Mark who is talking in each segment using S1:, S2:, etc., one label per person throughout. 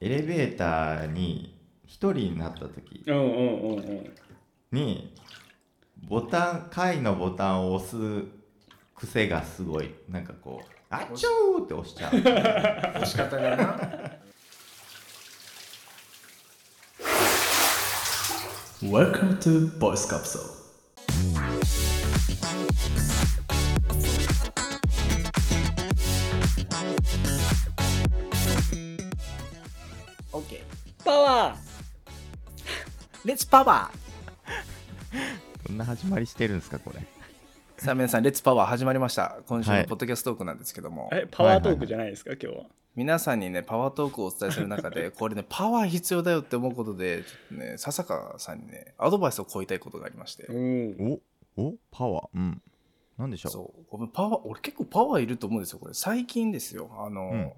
S1: エレベーターに1人になった時
S2: うんうんうんうん
S1: にボタン階のボタンを押す癖がすごいなんかこう「あっちょー!」って押しち ゃう
S3: 押し方がな
S4: Welcome to Voice Capsule.
S3: オッケー
S2: パワ
S3: レッツパワー
S1: どんな始まりしてるんですかこれ
S3: さあ皆さんレッツパワー始まりました今週
S1: は
S3: の
S1: い
S3: ポッドキャストトークなんですけども、
S2: ーえパワートークじゃないですか、今日は
S3: 皆さんにねパワートークをお伝えする中 でこれねパワー必要だよって思うことでちょっとね笹川さんにねアドバイスを請いたいことがありまして
S2: うん
S1: おおパワーうんなんでしょ
S3: そうごめんパワー俺結構パワーいると思うんですよこれ最近ですよあの、
S1: うん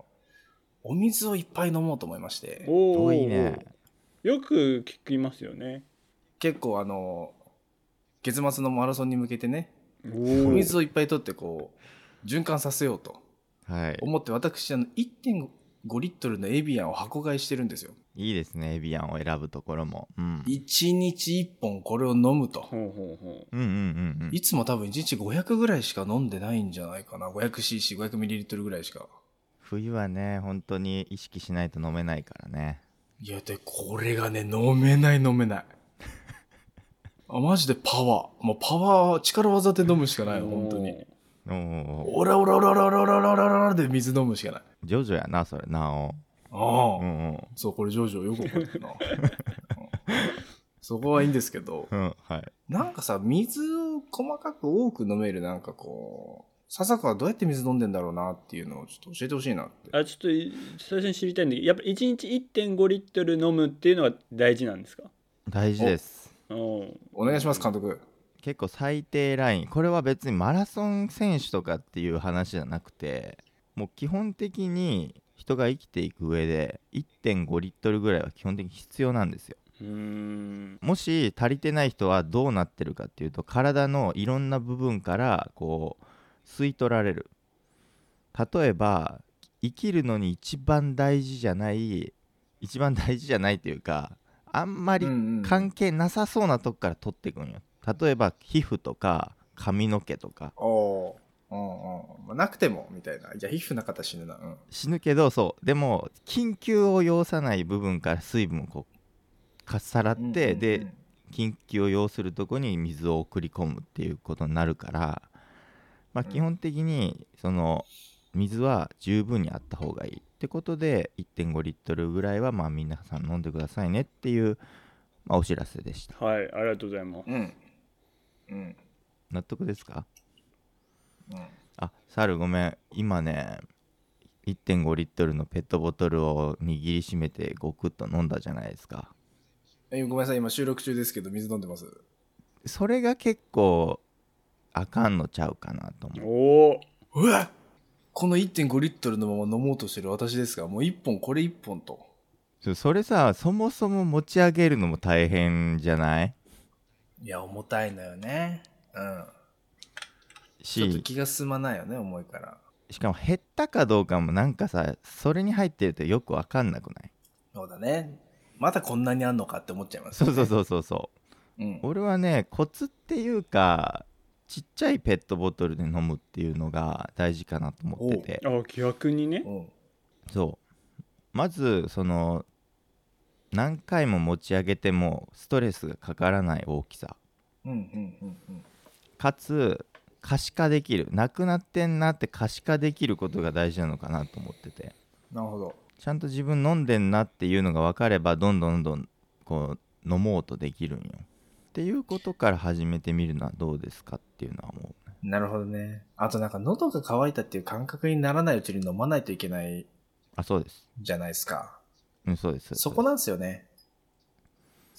S3: お水をいっぱい飲もうと思いまして
S1: う
S2: お
S1: 多
S2: ー
S1: いね
S2: よく聞きますよね
S3: 結構あの月末のマラソンに向けてね
S2: お
S3: お
S2: ー
S3: 水をいっぱい取ってこう循環させようと
S1: はい
S3: 思って私あの1.5リットルのエビアンを箱買いしてるんですよ
S1: いいですねエビアンを選ぶところも、うん、
S3: 1日1本これを飲むと
S2: ほうほうほ
S1: うんうんうん
S3: いつも多分1日500ぐらいしか飲んでないんじゃないかな 500cc500ml ぐらいしか
S1: 冬はね本当に意識しないと飲めないからね
S3: いやでこれがね飲めない飲めないあマジでパワーもうパワー力技で飲むしか
S2: う
S3: ないの本当に
S1: おお
S3: オラオラオラオラオラオラオラオラオラで水飲むしかない
S1: ジョジョやなそれなお
S3: あ
S1: う
S3: あ、
S1: んうん
S3: そうこれジョジョよく覚えてるなうんそこはいいんですけど
S1: うんはい
S3: なんかさ、水を細かく多く飲める、なんかこう、笹川はどうやって水飲んでんだろうなっていうのをちょっと教えてほしいなって。
S2: あちょっとい最初に知りたいんだけどやっぱ1日1.5リットル飲むっていうのが大事なんですか
S1: 大事です
S2: おー
S3: お願いします、監督。
S1: 結構最低ラインこれは別にマラソン選手とかっていう話じゃなくてもう基本的に人が生きていく上で1.5リットルぐらいは基本的に必要なんですよ
S2: うーん
S1: もし足りてない人はどうなってるかっていうと体のいろんな部分からこう吸い取られる例えば生きるのに一番大事じゃない一番大事じゃないというかあんまり
S3: ん
S1: 関係なさそうなとこから取っていくんよ例えば皮膚とか髪の毛とか
S3: おーうんうんまあ、なくてもみたいな。いや、皮膚なかったら死ぬな。うん。
S1: 死ぬけどそうでも緊急を要さない部分から水分をこうかっさらって、で緊急を要するとこに水を送り込むっていうことになるから、まあ、基本的にその水は十分にあった方がいいってことで1.5リットルぐらいはまあ皆さん飲んでくださいねっていう、まあ、お知らせでした
S2: はいありがとうございます
S3: うん、うん。うん。
S1: 納得ですか
S3: うん。
S1: あサルごめん今ね1.5リットルのペットボトルを握りしめてごくっと飲んだじゃないですか
S3: えごめんなさい、今収録中ですけど、水飲んでます。
S1: それが結構あかんのちゃうかなと思う
S2: おお
S3: うわこの1.5リットルのまま飲もうとしてる私ですが、もう1本、これ1本と。
S1: そそれさそもそも持ち上げるのも大変じゃない
S3: いや、重たいのよね。うん。ちょっと
S1: し
S3: 気が進まないよね、重いから。
S1: しかも減ったかどうかもなんかさそれに入ってるとよくわかんなくない
S3: そうだね。まだこんなにあんのかって思っちゃいま
S1: そ
S3: す、ね。。
S1: うそうそうそうそう
S3: ん
S1: う、俺はねコツっていうかちっちゃいペットボトルで飲むっていうのが大事かなと思ってて
S2: あ逆にね
S3: うん。
S1: そうまずその何回も持ち上げてもストレスがかからない大きさ
S3: うんうんうんうん。
S1: かつ可視化できるなくなってんなって可視化できることが大事なのかなと思ってて
S3: なるほど。
S1: ちゃんと自分飲んでんなっていうのが分かればどんどんどんどんこう飲もうとできるんよっていうことから始めてみるのはどうですかっていうのはもう
S3: なるほどね。あとなんか喉が渇いたっていう感覚にならないうちに飲まないといけない
S1: あそうです
S3: じゃないですか。
S1: うんそうです
S3: そこなんですよね。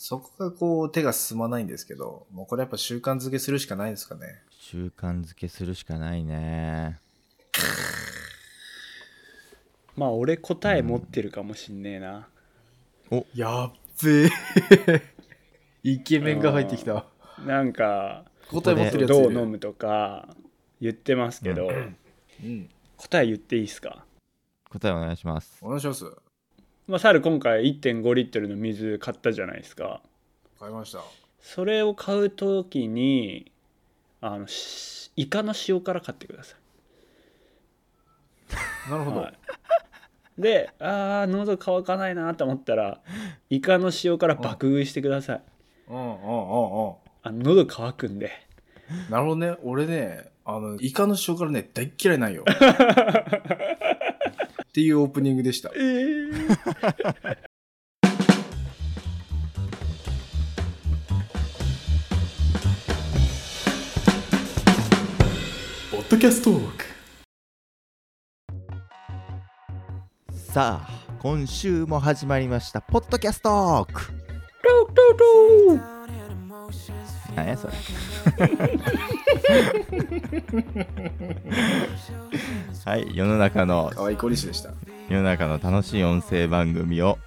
S3: そこがこう手が進まないんですけど、もうこれやっぱ習慣づけするしかないですかね。
S1: 習慣づけするしかないね
S2: まあ俺答え持ってるかもしんねえな、
S3: やっべえ。 イケメンが入ってきた。
S2: なんか
S3: 答え持ってるやつい
S2: ど
S3: る
S2: う飲むとか言ってますけど、
S3: うん。
S2: 答え言っていいですか
S1: 答えお願いします
S3: お願いします。
S2: まあ、サル今回1.5リットルの水買ったじゃないですか
S3: 買いました。
S2: それを買う時にあのしイカの塩辛買ってくださ
S3: なる
S2: い、
S3: ほど。
S2: はいであー喉乾かないなと思ったらイカの塩辛爆食いしてください
S3: うんうんうんうん。
S2: あの喉乾くんで
S3: なるほどね。俺ね、あの、イカの塩辛ね、大っ嫌い なんよ。っていうオープニングでした。
S4: ポッドキャストトーク
S1: さあ今週も始まりましたポッドキャストトーク何やそ れはい世の中の
S3: 可愛い子リシでした。
S1: 世の中の楽しい音声番組を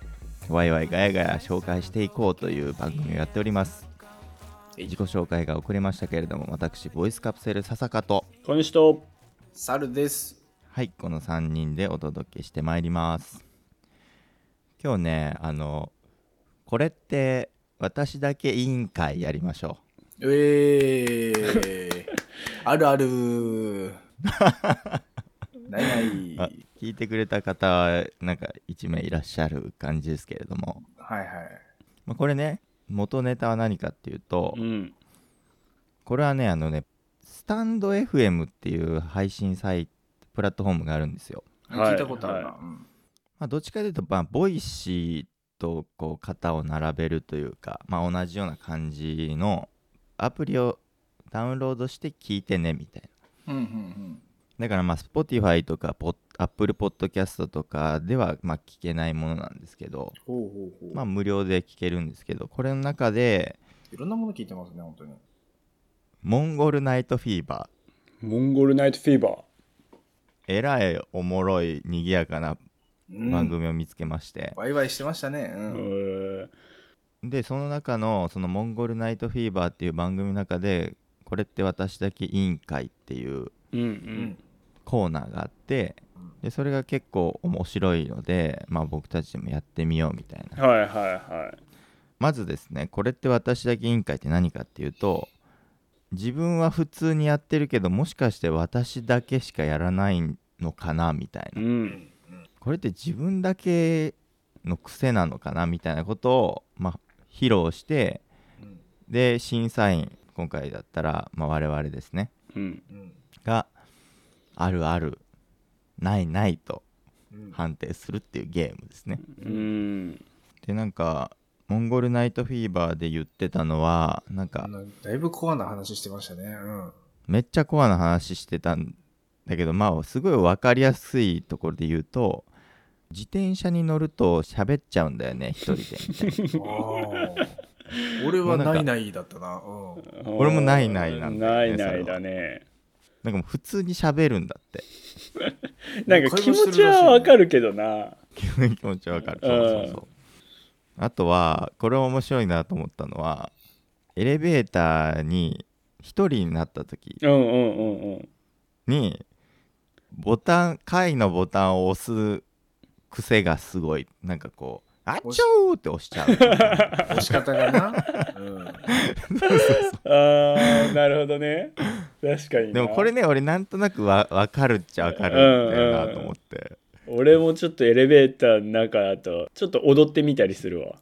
S1: ワイワイガヤガヤ紹介していこうという番組をやっております自己紹介が遅れましたけれども私ボイスカプセル笹香と
S2: この人
S3: 猿です。
S1: はいこの3人でお届けしてまいります今日ねあのこれって私だけ委員会やりましょ
S3: え ー。あるあ る。ない
S1: うあ
S3: ない。
S1: 聞いてくれた方はなんか1名いらっしゃる感じですけれども、
S3: はいはい。
S1: まあ、これね元ネタは何かっていうと、
S2: うん
S1: これはねあのねスタンド FM っていう配信サイトプラットフォームがあるんですよ、
S2: はい
S3: 聞いたことあるな。
S2: は
S3: うん
S1: まあ、どっちかというと、まあ、ボイシーとこう肩を並べるというか、まあ、同じような感じのアプリをダウンロードして聞いてねみたいな
S3: うんうん
S1: だからまあ Spotify とかポッ Apple Podcast とかではまあ聞けないものなんですけど、
S3: うん。ほうほうほう。
S1: まあ、無料で聞けるんですけどこれの中で
S3: いろんなもの聞いてますね、本当に。
S1: モンゴルナイトフィーバー
S2: モンゴルナイトフィーバー
S1: えらいおもろい賑やかな番組を見つけまして、
S3: ワイワイしてましたね。うん。
S2: えー
S1: でその中のその「モンゴルナイトフィーバー」っていう番組の中でこれって私だけ委員会っていう
S2: うんう
S3: うんん
S1: コーナーがあってでそれが結構面白いので、まあ、僕たちでもやってみようみたいな
S2: はいはいはい
S1: まずですねこれって私だけ委員会って何かっていうと自分は普通にやってるけどもしかして私だけしかやらないのかなみたいな
S2: うん
S1: これって自分だけの癖なのかなみたいなことを、まあ、披露して、
S3: うん
S1: で審査員今回だったら、まあ、我々ですね
S2: うん
S3: うん
S1: があるあるないないと
S3: うん
S1: 判定するっていうゲームですね。
S2: うん
S1: でなんかモンゴルナイトフィーバーで言ってたのはなんか
S3: だいぶコアな話してましたね。うん。
S1: めっちゃコアな話してたんだけどまあすごい分かりやすいところで言うと自転車に乗ると喋っちゃうんだよね一人でみたいな
S3: 俺は
S1: もうなんか
S3: ないないだったな。うん。
S1: 俺もないないなん
S2: な
S1: だ
S2: い
S1: よね
S2: ないだね
S1: なんかもう普通に喋るんだって
S2: なんか気持ちはわかるけどな
S1: 気持ちわかるそうそうそうあとはこれ面白いなと思ったのはエレベーターに一人になった時
S2: うんうんうんうん
S1: にボタン階のボタンを押す癖がすごいなんかこう「あっちょー!」って押しちゃう
S3: 押 し方がな。うん。
S2: あ ーなるほどね確かにな
S1: でもこれね俺なんとなくわ分かるっちゃ分かるんだよなと思って、
S2: 俺もちょっとエレベーターの中だとちょっと踊ってみたりするわ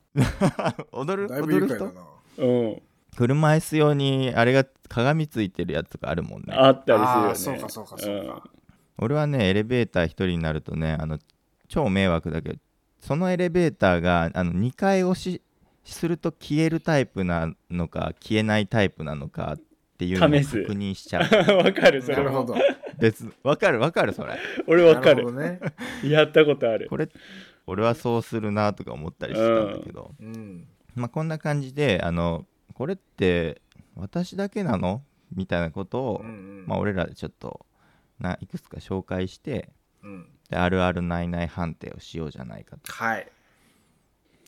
S1: 踊る
S3: だいぶ愉
S1: 踊る
S3: 快だ
S1: 人
S3: な。
S2: うん
S1: 車椅子用にあれが鏡ついてるやつとかあるもんね
S2: あったりするよね
S3: あーそうかそうかそうか。
S1: 俺はねエレベーター一人になるとねあの超迷惑だけどそのエレベーターがあの2回押しすると消えるタイプなのか消えないタイプなのかっていうのを確
S2: 試す
S1: 認しちゃう
S2: うん わかるそれ
S3: なるほど。
S1: 別わかるわかるそれ
S2: 俺わかる
S3: なほどね。
S2: やったことある
S1: これ俺はそうするなとか思ったりしてたんだけど、
S3: うん。
S1: まあ、こんな感じであのこれって私だけなのみたいなことを、
S3: うん
S1: まあ、俺らでちょっとないくつか紹介して
S3: うん。
S1: であるあるないない判定をしようじゃないかと
S3: はい。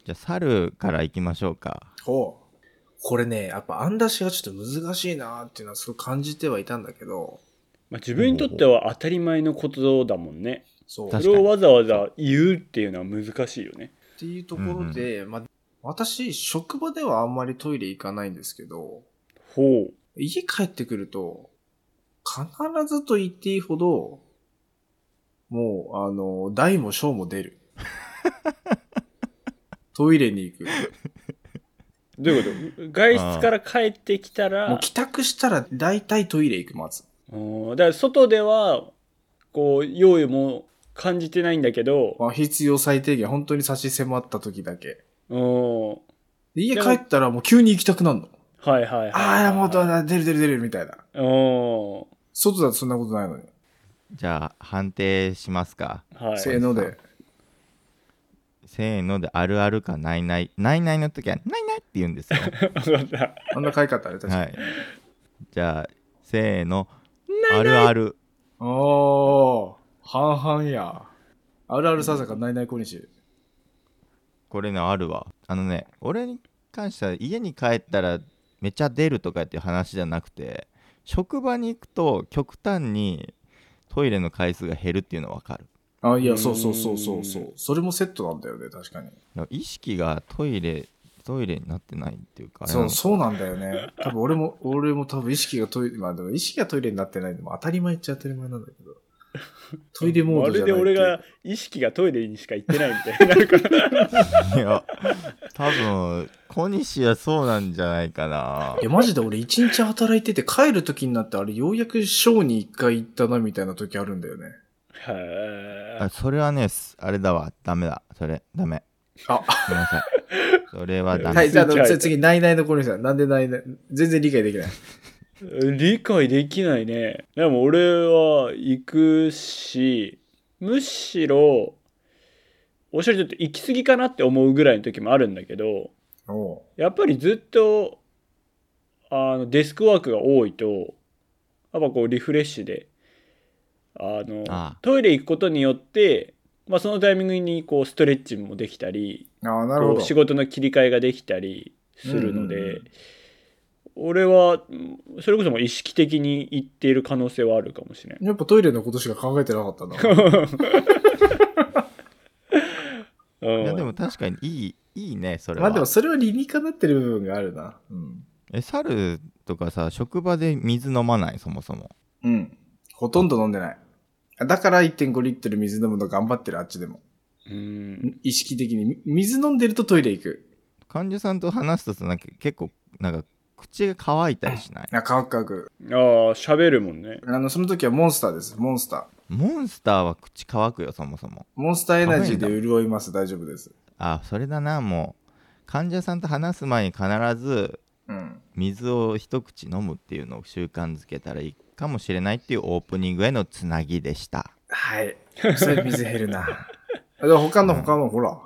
S1: じゃあ猿から行きましょうか
S3: ほう。これね、やっぱ案出しがちょっと難しいなーっていうのはすごい感じてはいたんだけど、
S2: まあ、自分にとっては当たり前のことだもんね
S3: そう。
S1: 確
S2: そ
S1: か
S2: れ
S1: に
S2: をわざわざ言うっていうのは難しいよね
S3: っていうところで、まあ、私、職場ではあんまりトイレ行かないんですけど、
S2: ほう。
S3: 家帰ってくると、必ずと言っていいほど、もう、あの、大も小 も出る。トイレに行く。
S2: どういう こと外出から帰ってきた
S3: もう
S2: ら、
S3: 帰宅したら大体トイレ行く、まず。
S2: うんだから外では、こう、用意も感じてないんだけど、
S3: まあ、必要最低限、本当に差し迫った時だけ。
S2: うん。は
S3: で家
S2: でも
S3: 帰ったらもう急に行きたくなるの。
S2: いはいはい、はい。
S3: ああ、もう
S2: だ。
S3: だ出る出る出るみたいな。
S2: うん。
S3: 外だとそんなことないのに。
S1: じゃあ判定しますか
S2: はい。
S3: せー ので。
S1: せーのであるあるかないないないないの時はないないって言うん ですよ
S2: わかった。
S3: あんな可愛かったね、確かに。
S1: はいじゃあせーのあるある
S3: おー、半々や。あるあるささかないない小西。
S1: これねあるわあのね俺に関しては家に帰ったらめちゃ出るとかっていう話じゃなくて職場に行くと極端にトイレの回数が減るっていうのは分かる
S3: あ、いうや、
S2: ん
S3: そうそうそうそうそう。それもセットなんだよね、確かに。
S1: だから意識がトイレトイレになってないっていうかあれな
S3: そ
S1: の
S3: う、そうなんだよね。多分俺も、俺も多分意識がトイレ、まあでも意識がトイレになってないのも当たり前っちゃ当たり前なんだけど。トイレモ
S2: ま
S3: ードじ
S2: る
S3: ゃな
S2: で
S3: い
S2: 俺
S3: っていう
S2: が意識がトイレにしか行ってないみたいになるから。
S1: い や多分小西はそうなんじゃないかない
S3: や、マジで俺一日働いてて帰る時になって、あれようやくショーに一回行ったなみたいな時あるんだよね。
S2: は
S1: あそれはねすあれだわダメだそれダメ
S3: あ、
S1: ごめんなさいそれはダメ、
S3: はい、じゃああ
S2: スイッチ入
S3: の
S2: る
S3: 次、ないないの小西さん。なんでないない全然理解できない。
S2: い。理解できないね。でも俺は行くし、むしろ、おっしゃるちょっと行き過ぎかなって思うぐらいの時もあるんだけど、
S3: おう
S2: やっぱりずっと、あの、デスクワークが多いと、やっぱこうリフレッシュで、あの、
S1: ああ
S2: トイレ行くことによって、まあそのタイミングにこうストレッチもできたり、
S3: ああ、なるほ
S2: こ
S3: ど
S2: う。仕事の切り替えができたりするので、
S3: うんうんうん
S2: 俺はうんそれこそもう意識的に行っている可能性はあるかもしれない。
S3: やっぱトイレのことしか考えてなかったな。
S2: う
S1: い
S2: ん
S1: やでも確かにいいいいねそれ
S3: ま
S1: は、
S3: あでもそれは理にかなってる部分があるな。うん。
S1: え猿とかさ職場で水飲まないそもそも
S3: うん。ほとんど飲んでない。だから1.5リットル水飲むの頑張ってる、あっちでも。
S2: うん
S3: 意識的に。水飲んでるとトイレ行く。
S1: 患者さんと話すとなんか結構なんか口が乾いたりしない
S3: あ、乾く乾く。
S2: ああ喋るもんね。
S3: あの、その時はモンスターです。モンスター。
S1: モンスターは口乾くよそもそも
S3: モンスターエナジーで潤います。大丈夫です。
S1: あそれだなもう患者さんと話す前に必ず
S3: うん。
S1: 水を一口飲むっていうのを習慣づけたらいいかもしれないっていうオープニングへのつなぎでした
S3: はい。それ水減るな。あでも他の他の、ほら。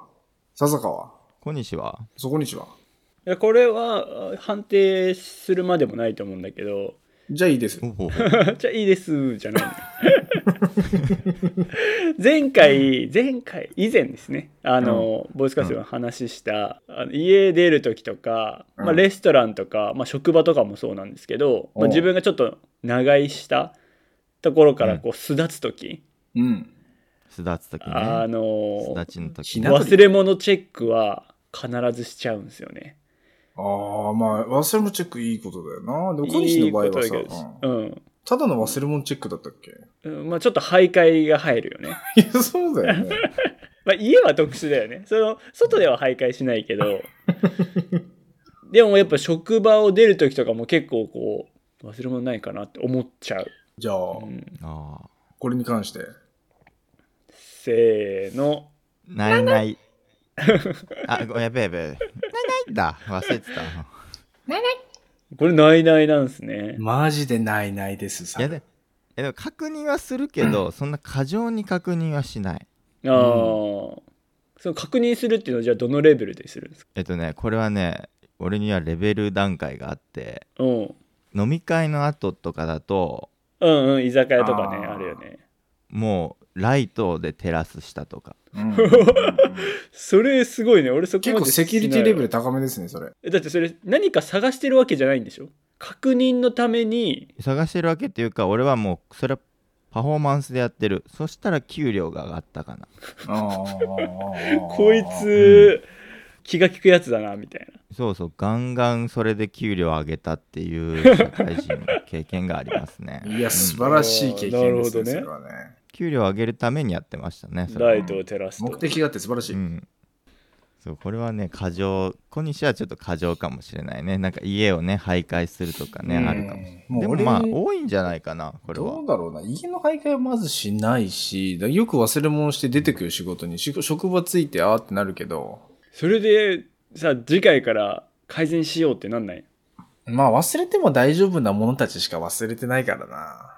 S3: 笹川。
S1: 小西は
S3: そこにしは。
S2: いやこれはあ判定するまでもないと思うんだけど、
S3: じゃあいいです。
S1: おお
S2: じゃあいいですじゃないの前回前回以前ですねあの、ボイスカスの話した、あの家出る時とか、ま
S3: う
S2: あ、
S3: ん
S2: レストランとか、まあ、職場とかもそうなんですけど、ま
S3: おう
S2: あ、自分がちょっと長居したところからこう巣立つ時、
S3: うん。
S1: 巣立つ時
S2: あ
S1: ね巣
S2: の
S1: 立ちの時
S3: ひな
S2: 忘れ物チェックは必ずしちゃうんですよね。
S3: ああ、まあ、忘れ物チェックいいことだよな。でも小西の場合はさ、
S2: いいことだ
S3: う
S2: け
S3: ん
S2: どうん
S3: ただの忘れ物チェックだったっけ
S2: うんまあ、ちょっと徘徊が入るよね。
S3: いや、そうだよね。
S2: まあ、家は特殊だよねその外では徘徊しないけ どでもやっぱ職場を出る時とかも結構こう忘れ物ないかなって思っちゃう、
S3: じゃあ、
S2: うん
S1: ああ
S3: これに関して。
S2: せーの
S1: ない ないあごやべえやべえやべえないないだ忘れて た
S2: これないないなんですね
S3: マジでないないです、さ
S1: いやでえでも確認はするけどそんな過剰に確認はしない
S2: ああ、その確認するっていうのはじゃあどのレベルでするんですか
S1: えっとねこれはね俺にはレベル段階があって
S2: うん
S1: 飲み会の後とかだと
S2: うんうん居酒屋とかね
S3: あ
S2: あ
S3: ー
S2: るよね
S1: もうライトで照らすしたとか
S3: うん
S2: それすごいね俺そこ
S3: 結
S2: まで
S3: 構セキュリティレベル
S2: し
S3: 高めですね、それ。
S2: ないわだってそれ何か探してるわけじゃないんでしょ確認のために
S1: 探してるわけっていうか俺はもうそれはパフォーマンスでやってるそしたら給料が上がったかな
S2: こいつ、気が利くやつだなみたいな
S1: そうそうガンガンそれで給料上げたっていう社会人の経験がありますね
S3: いや素
S1: うん
S3: 晴らしい経験ですね
S2: なる
S3: それはね
S1: 給料上げるためにやってましたねそれは
S2: ライトを照らすと
S3: 目的があって素晴らしい、
S1: うん、そうこれはね過剰小西はちょっと過剰かもしれないねなんか家をね徘徊するとかね、
S3: うん
S1: あるかもし
S3: も
S1: れない
S3: う
S1: でも
S3: 俺
S1: まあ多いんじゃないかなこれは
S3: どうだろうな。家の徘徊はまずしないし、だよく忘れ物して出てくる仕事に、し職場ついてあーってなるけど、
S2: それでさ次回から改善しようってなんない
S3: まあ忘れても大丈夫な者たちしか忘れてないからな。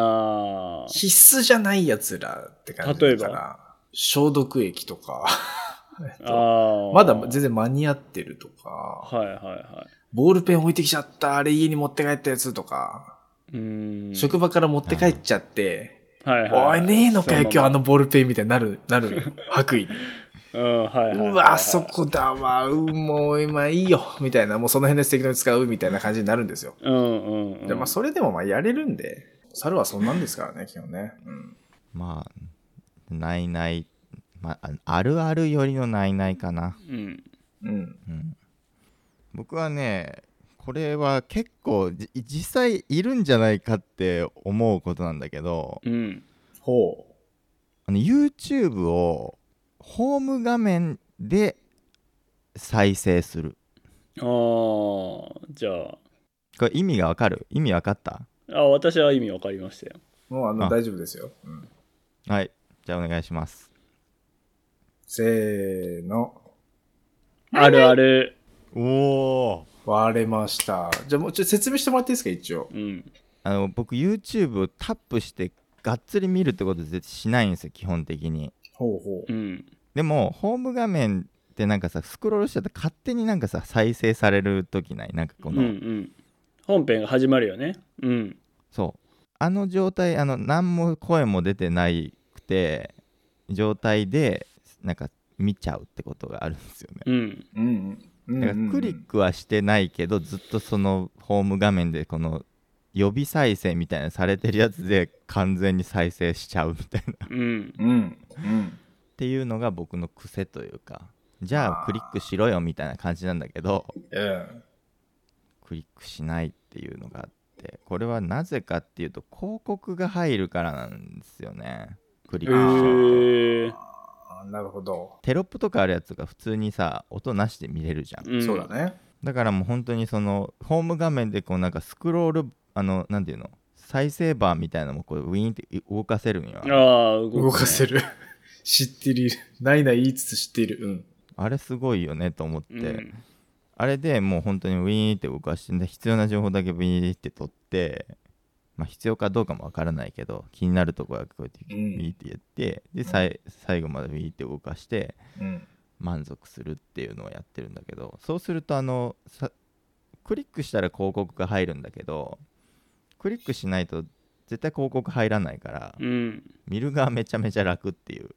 S2: あー
S3: 必須じゃない奴らって感じだか
S2: 例え
S3: ら、消毒液とか、 えっと
S2: あー
S3: まだ全然間に合ってるとか、
S2: はいはいは
S3: ボールペン置いてきちゃった、あれ家に持って帰ったやつとか、
S2: いうーん
S3: 職場から持って帰っちゃって、
S2: はいはい
S3: お
S2: はい
S3: いねえのかよ今日
S2: そ
S3: あのボールペンみたいになる、なるのよ、 白衣に。
S2: ままうんはいはいはいう
S3: わ、あそこだわ、うんもう今いいよ、みたいな、もうその辺で適当に使うみたいな感じになるんですよ。
S2: うんうんうん
S3: でまあ、それでもまあやれるんで、猿はそんなんですからね、基本ね。うん、
S1: まあないない、まあ、あるあるよりのないないかな、
S2: うん
S3: うん、
S1: うん、僕はねこれは結構じ実際いるんじゃないかって思うことなんだけど
S2: うん
S3: ほ
S1: あの YouTube をホーム画面で再生する
S2: ああじゃあ
S1: これ意味がわかる意味わかった
S2: あ私は意味わかりましたよ
S3: う。もうあの
S1: あ
S3: 大丈夫ですよ。うん、
S1: はいじゃあお願いします
S3: せーの、
S2: あるある
S1: おお
S3: 割れました。じゃあもうちょっと説明してもらっていいですか、一応。
S2: うん
S1: あの僕 YouTube をタップしてがっつり見るってこと絶対しないんですよ基本的に
S3: ほうほ
S2: う。
S3: う
S2: ん
S1: でもホーム画面ってなんかさスクロールしてたら勝手になんかさ再生される時ないなんかこ
S2: うん
S1: の、
S2: うん本編が始まるよねうん
S1: そうあの状態あの何も声も出てないくて状態でなんか見ちゃうってことがあるんですよね
S2: うん
S3: うんうん。
S1: だからクリックはしてないけどずっとそのホーム画面でこの予備再生みたいなされてるやつで完全に再生しちゃうみたいなっ
S2: うん
S3: うん。うん。
S1: ていうのが僕の癖というかじゃあクリックしろよみたいな感じなんだけど
S3: うん。
S1: クリックしないっていうのがあってこれはなぜかっていうと広告が入るからなんですよねクリックし
S2: え
S1: ちゃうと
S2: ー
S3: あーなるほど。
S1: テロップとかあるやつが普通にさ音なしで見れるじゃん
S2: ん
S3: そうだね。
S1: だからもう本当にそのホーム画面でこうなんかスクロールあのなんていうの再生バーみたいなのもこうウィーンって動かせるんよ
S2: ああ動くね
S3: 動かせる。知ってる。ないない言いつつ知っている。うん。
S1: あれすごいよねと思って、
S2: うん
S1: あれでもう本当にウィーンって動かしてで必要な情報だけウィーンって取ってまあ必要かどうかもわからないけど気になるとこはこうやって
S3: う
S1: ウ
S3: ん
S1: ィーンってやって、でさい最後までウィーンって動かして
S3: うん。
S1: 満足するっていうのをやってるんだけどそうするとあのさクリックしたら広告が入るんだけどクリックしないと絶対広告入らないから、
S2: うん
S1: 見る側めちゃめちゃ楽っていう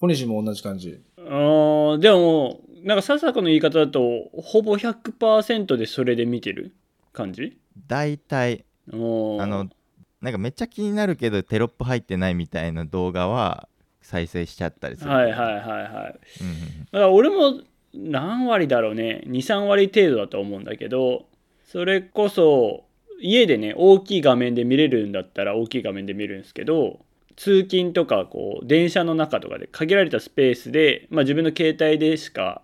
S3: 小西も同じ感じ。
S2: あーでもなんか笹子の言い方だとほぼ100%でそれで見てる感じ
S1: 大体
S2: あ
S1: あのなんかめっちゃ気になるけどテロップ入ってないみたいな動画は再生しちゃったりする
S2: はいはいはいはい
S1: うんうんうん
S2: だから俺も何割だろうね23割程度だと思うんだけどそれこそ家でね大きい画面で見れるんだったら大きい画面で見るんですけど通勤とかこう電車の中とかで限られたスペースで、まあ、自分の携帯でしか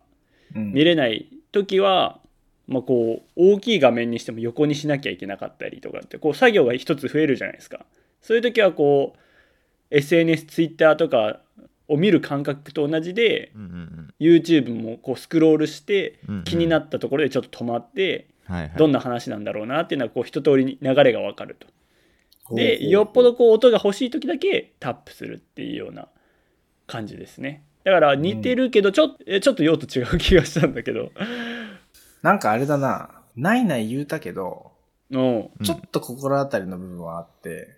S3: うん
S2: 見れない時は、まあ、こう大きい画面にしても横にしなきゃいけなかったりとかってこう作業が一つ増えるじゃないですかそういう時はこう SNSTwitter とかを見る感覚と同じで
S1: うんうん
S2: YouTube もこうスクロールして
S1: うんうん
S2: 気になったところでちょっと止まって
S1: はいはい
S2: どんな話なんだろうなっていうのはこう一通りに流れが分かると
S3: ほうほ
S2: で
S3: う
S2: よっぽどこう音が欲しい時だけタップするっていうような感じですねだから似てるけどちょ,、えちょっと用途違う気がしたんだけど
S3: なんかあれだな。ないない言うたけど、
S2: う
S1: う
S2: ん
S1: ん
S3: ちょっと心当たりの部分はあって、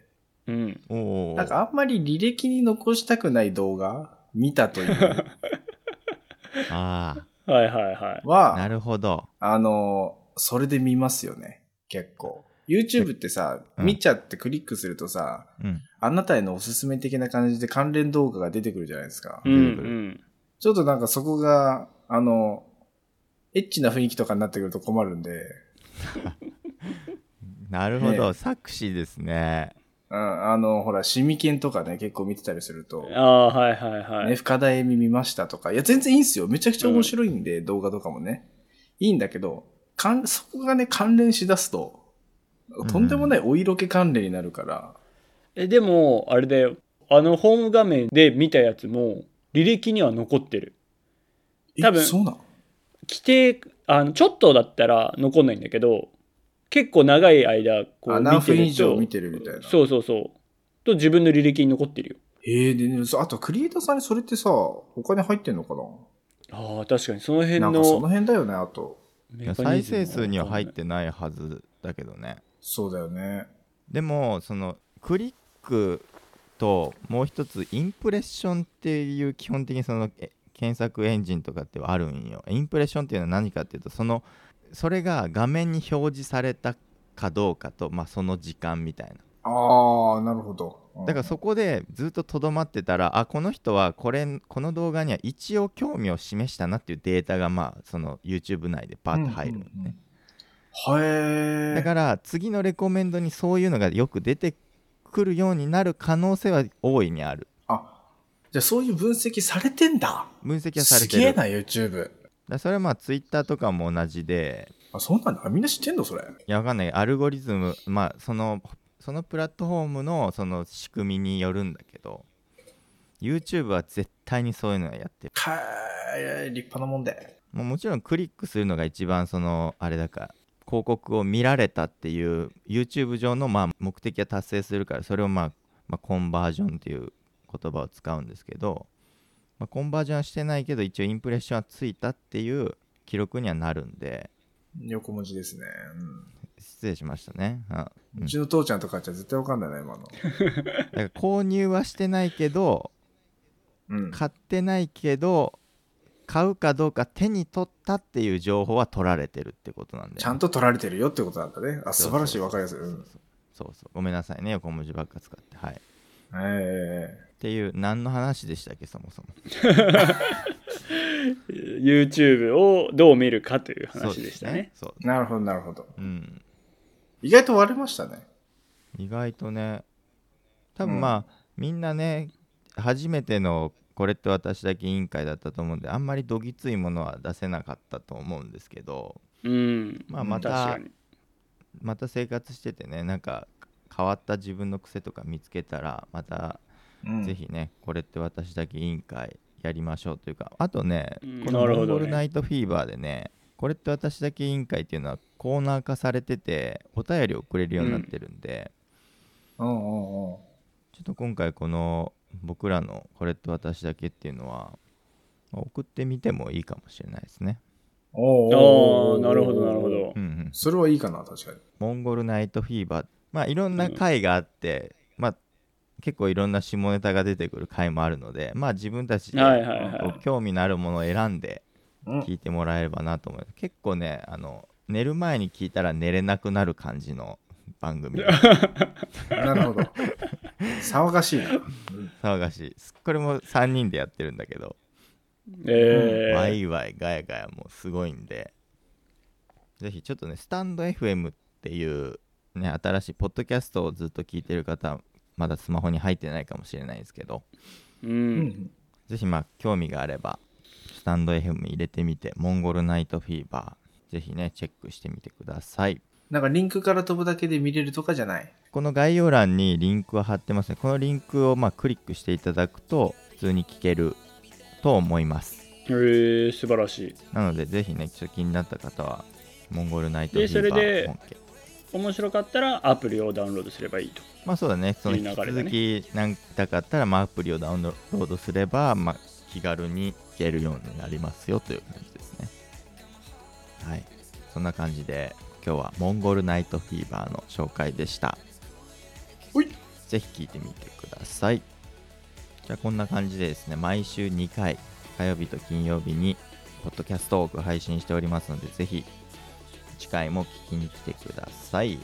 S2: うん
S1: おー
S3: なんかあんまり履歴に残したくない動画見たという
S1: あ
S2: はいはいはい
S1: あな
S3: は、
S1: るほど
S3: あの、それで見ますよね。結構。 YouTube ってさ、
S1: うん
S3: 見ちゃってクリックするとさ、
S1: うん
S3: あなたへのおすすめ的な感じで関連動画が出てくるじゃないですか。
S2: うんうん。
S3: ちょっとなんかそこが、あの、エッチな雰囲気とかになってくると困るんで、
S1: なるほ
S3: ね
S1: ど、作詞ですね
S3: うん、あの、ほら、シミケンとかね、結構見てたりすると、
S2: ああ、はいはいは
S3: ね、
S2: い。
S3: 深田恵美見ましたとか、いや、全然いいんすよ。めちゃくちゃ面白いんで、動画とかもね。いいんだけど、かん、そこがね、関連しだすと、とんでもないお色気関連になるから、
S2: え、でも、あれだよ。あのホーム画面で見たやつも、履歴には残ってる。
S3: え
S2: 多分
S3: そうなの
S2: 規定、あの、ちょっとだったら残んないんだけど、結構長い間、こ
S3: あ
S2: う、
S3: 何
S2: 見て
S3: 分
S2: ると。
S3: 以上見てるみたいな。
S2: そうそうそう。と、自分の履歴に残ってるよ。
S3: ええでね、そうあとクリエイターさんにそれってさ、お金入ってんのかな
S2: ああ、確かに、その辺
S3: なんかその
S2: の
S3: 辺だよね、あと。
S1: い
S2: メ
S1: や
S2: カニズム
S1: 再生数には入っ
S2: わかんな
S1: てな
S2: い
S1: いはずだけどね
S3: そうだよね。
S1: でもそのクリックともう一つインプレッションっていう基本的にそのえ検索エンジンとかってあるんよインプレッションっていうのは何かっていうとそのそれが画面に表示されたかどうかと、まあ、その時間みたいな
S3: ああ、なるほど。うん
S1: だからそこでずっととどまってたらあこの人はこれこの動画には一応興味を示したなっていうデータがまあその YouTube 内でパーッと入るのね、
S3: うんうんうんはえー。
S1: だから次のレコメンドにそういうのがよく出てくるようになる可能性は大いにある
S3: あ、じゃあそういう分析されてんだ。
S1: 分析はさ
S3: す
S1: れて
S3: げえ
S1: るだか
S3: な、YouTube。
S1: らそれはまあ Twitter とかも同じで
S3: あ、そうなんだ。あみんな知ってんのそれ。
S1: いやわかんないアルゴリズムまあそのそのプラットフォームのその仕組みによるんだけど YouTube は絶対にそういうのはやってる
S3: かーい、立派なもんで。
S1: もうもちろんクリックするのが一番そのあれだから広告を見られたっていう YouTube 上のまあ目的は達成するからそれをまあ、まあ、コンバージョンっていう言葉を使うんですけど、まあ、コンバージョンはしてないけど一応インプレッションはついたっていう記録にはなるんで
S3: 横文字ですね。
S1: 失礼しましたねあ、う
S3: う。
S1: んん
S3: うちの父ちゃんとかじゃ絶対わかんないな、今の。
S1: だから購入はしてないけど
S3: うん。
S1: 買ってないけど買うかどうか手に取ったっていう情報は取られてるってことなんで
S3: ちゃんと取られてるよってことなんだね。あ、素晴らしい、わかりやすい。うん。
S1: そうそうごめんなさいね横文字ばっか使ってはい
S3: ええ
S1: っていう何の話でしたっけそもそも
S2: YouTube をどう見るかという話でしたね。
S1: そうですね
S3: なるほど、なるほ
S1: そ
S3: ど。
S1: う、うん、
S3: 意外と割れましたね。
S1: 意外とね多分まあ、みんなね初めてのこれって私だけ委員会だったと思うんであんまりどぎついものは出せなかったと思うんですけど、
S2: うん。
S1: まあ、ま
S2: 確
S1: た
S2: かに。
S1: また生活しててねなんか変わった自分の癖とか見つけたらまた
S3: うん。
S1: ぜひね、これって私だけ委員会やりましょうというかあとね、
S2: うん
S1: こ
S2: な
S1: の
S2: る
S1: 「
S2: ほ
S1: モ
S2: ど
S1: ン
S2: ね
S1: ゴルナイトフィーバー」でねこれって私だけ委員会っていうのはコーナー化されててお便りをくれるようになってるんで、
S3: うんうんうん。
S1: ちょっと今回この僕らの「これって私だけ」っていうのはまあ送ってみてもいいかもしれないですね。
S3: おー
S2: ああ、なるほど、なるほ。ど
S1: う。んうん、
S3: それはいいかな、確かに。
S1: モンゴルナイトフィーバーまあいろんな回があって、まあ結構いろんな下ネタが出てくる回もあるのでまあ自分たちで
S2: はいはいはい
S1: こう興味のあるものを選んで
S3: うん
S1: 聞いてもらえればなと思います結構ねあの寝る前に聞いたら寝れなくなる感じ の番組
S3: なる ほど。騒がしいな。
S1: 騒がしいすこれも3人でやってるんだけど、
S2: え
S1: ワ
S2: え
S1: イワイガヤガヤもうすごいんでぜひちょっとねスタンド FM っていうね新しいポッドキャストをずっと聞いてる方まだスマホに入ってないかもしれないですけど
S2: う。
S3: うんん。
S1: ぜひまあ興味があればスタンド FM 入れてみてモンゴルナイトフィーバーぜひねチェックしてみてください
S3: なんかリンクから飛ぶだけで見れるとかじゃない。
S1: この概要欄にリンクを貼ってますねこのリンクをまあクリックしていただくと普通に聞けると思います
S2: ええ素晴らしい。
S1: なのでぜひねちょっと気になった方はモンゴルナイトフィ
S2: でそ
S1: ー
S2: れ
S1: バー
S2: で
S1: 本家
S2: 面白かったらアプリをダウンロードすればいいと。
S1: まあそうだねその
S2: いい
S1: 引
S2: 流
S1: き
S2: れだね
S1: 続き何だかあったらまあアプリをダウンロードすればまあ気軽に聞けるようになりますよという感じですねはいそんな感じで今日はモンゴルナイトフィーバーの紹介でした
S3: ほい
S1: ぜひ聞いてみてくださいじゃあこんな感じでですね毎週2回火曜日と金曜日にポッドキャストトーク配信しておりますのでぜひ次回も聞きに来てください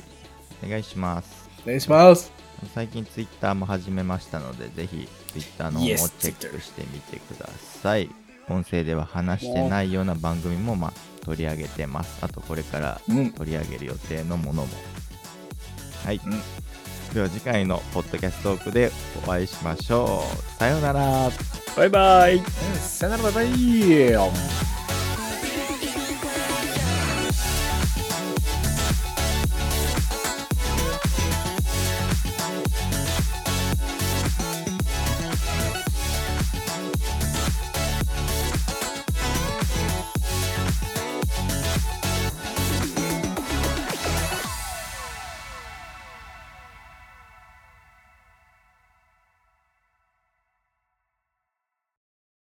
S1: お願いします
S3: お願いします。
S1: 最近ツイッターも始めましたのでぜひツイッターの方もチ
S3: Yes
S1: ェックしてみてください音声では話してないような番組もまあ取り上げてますあとこれから
S3: うん。
S1: 取り上げる予定のものもはい、
S3: うん
S1: では次回のポッドキャストトークでお会いしましょうさようなら
S2: バイバイ
S3: さよなら、バイバイ。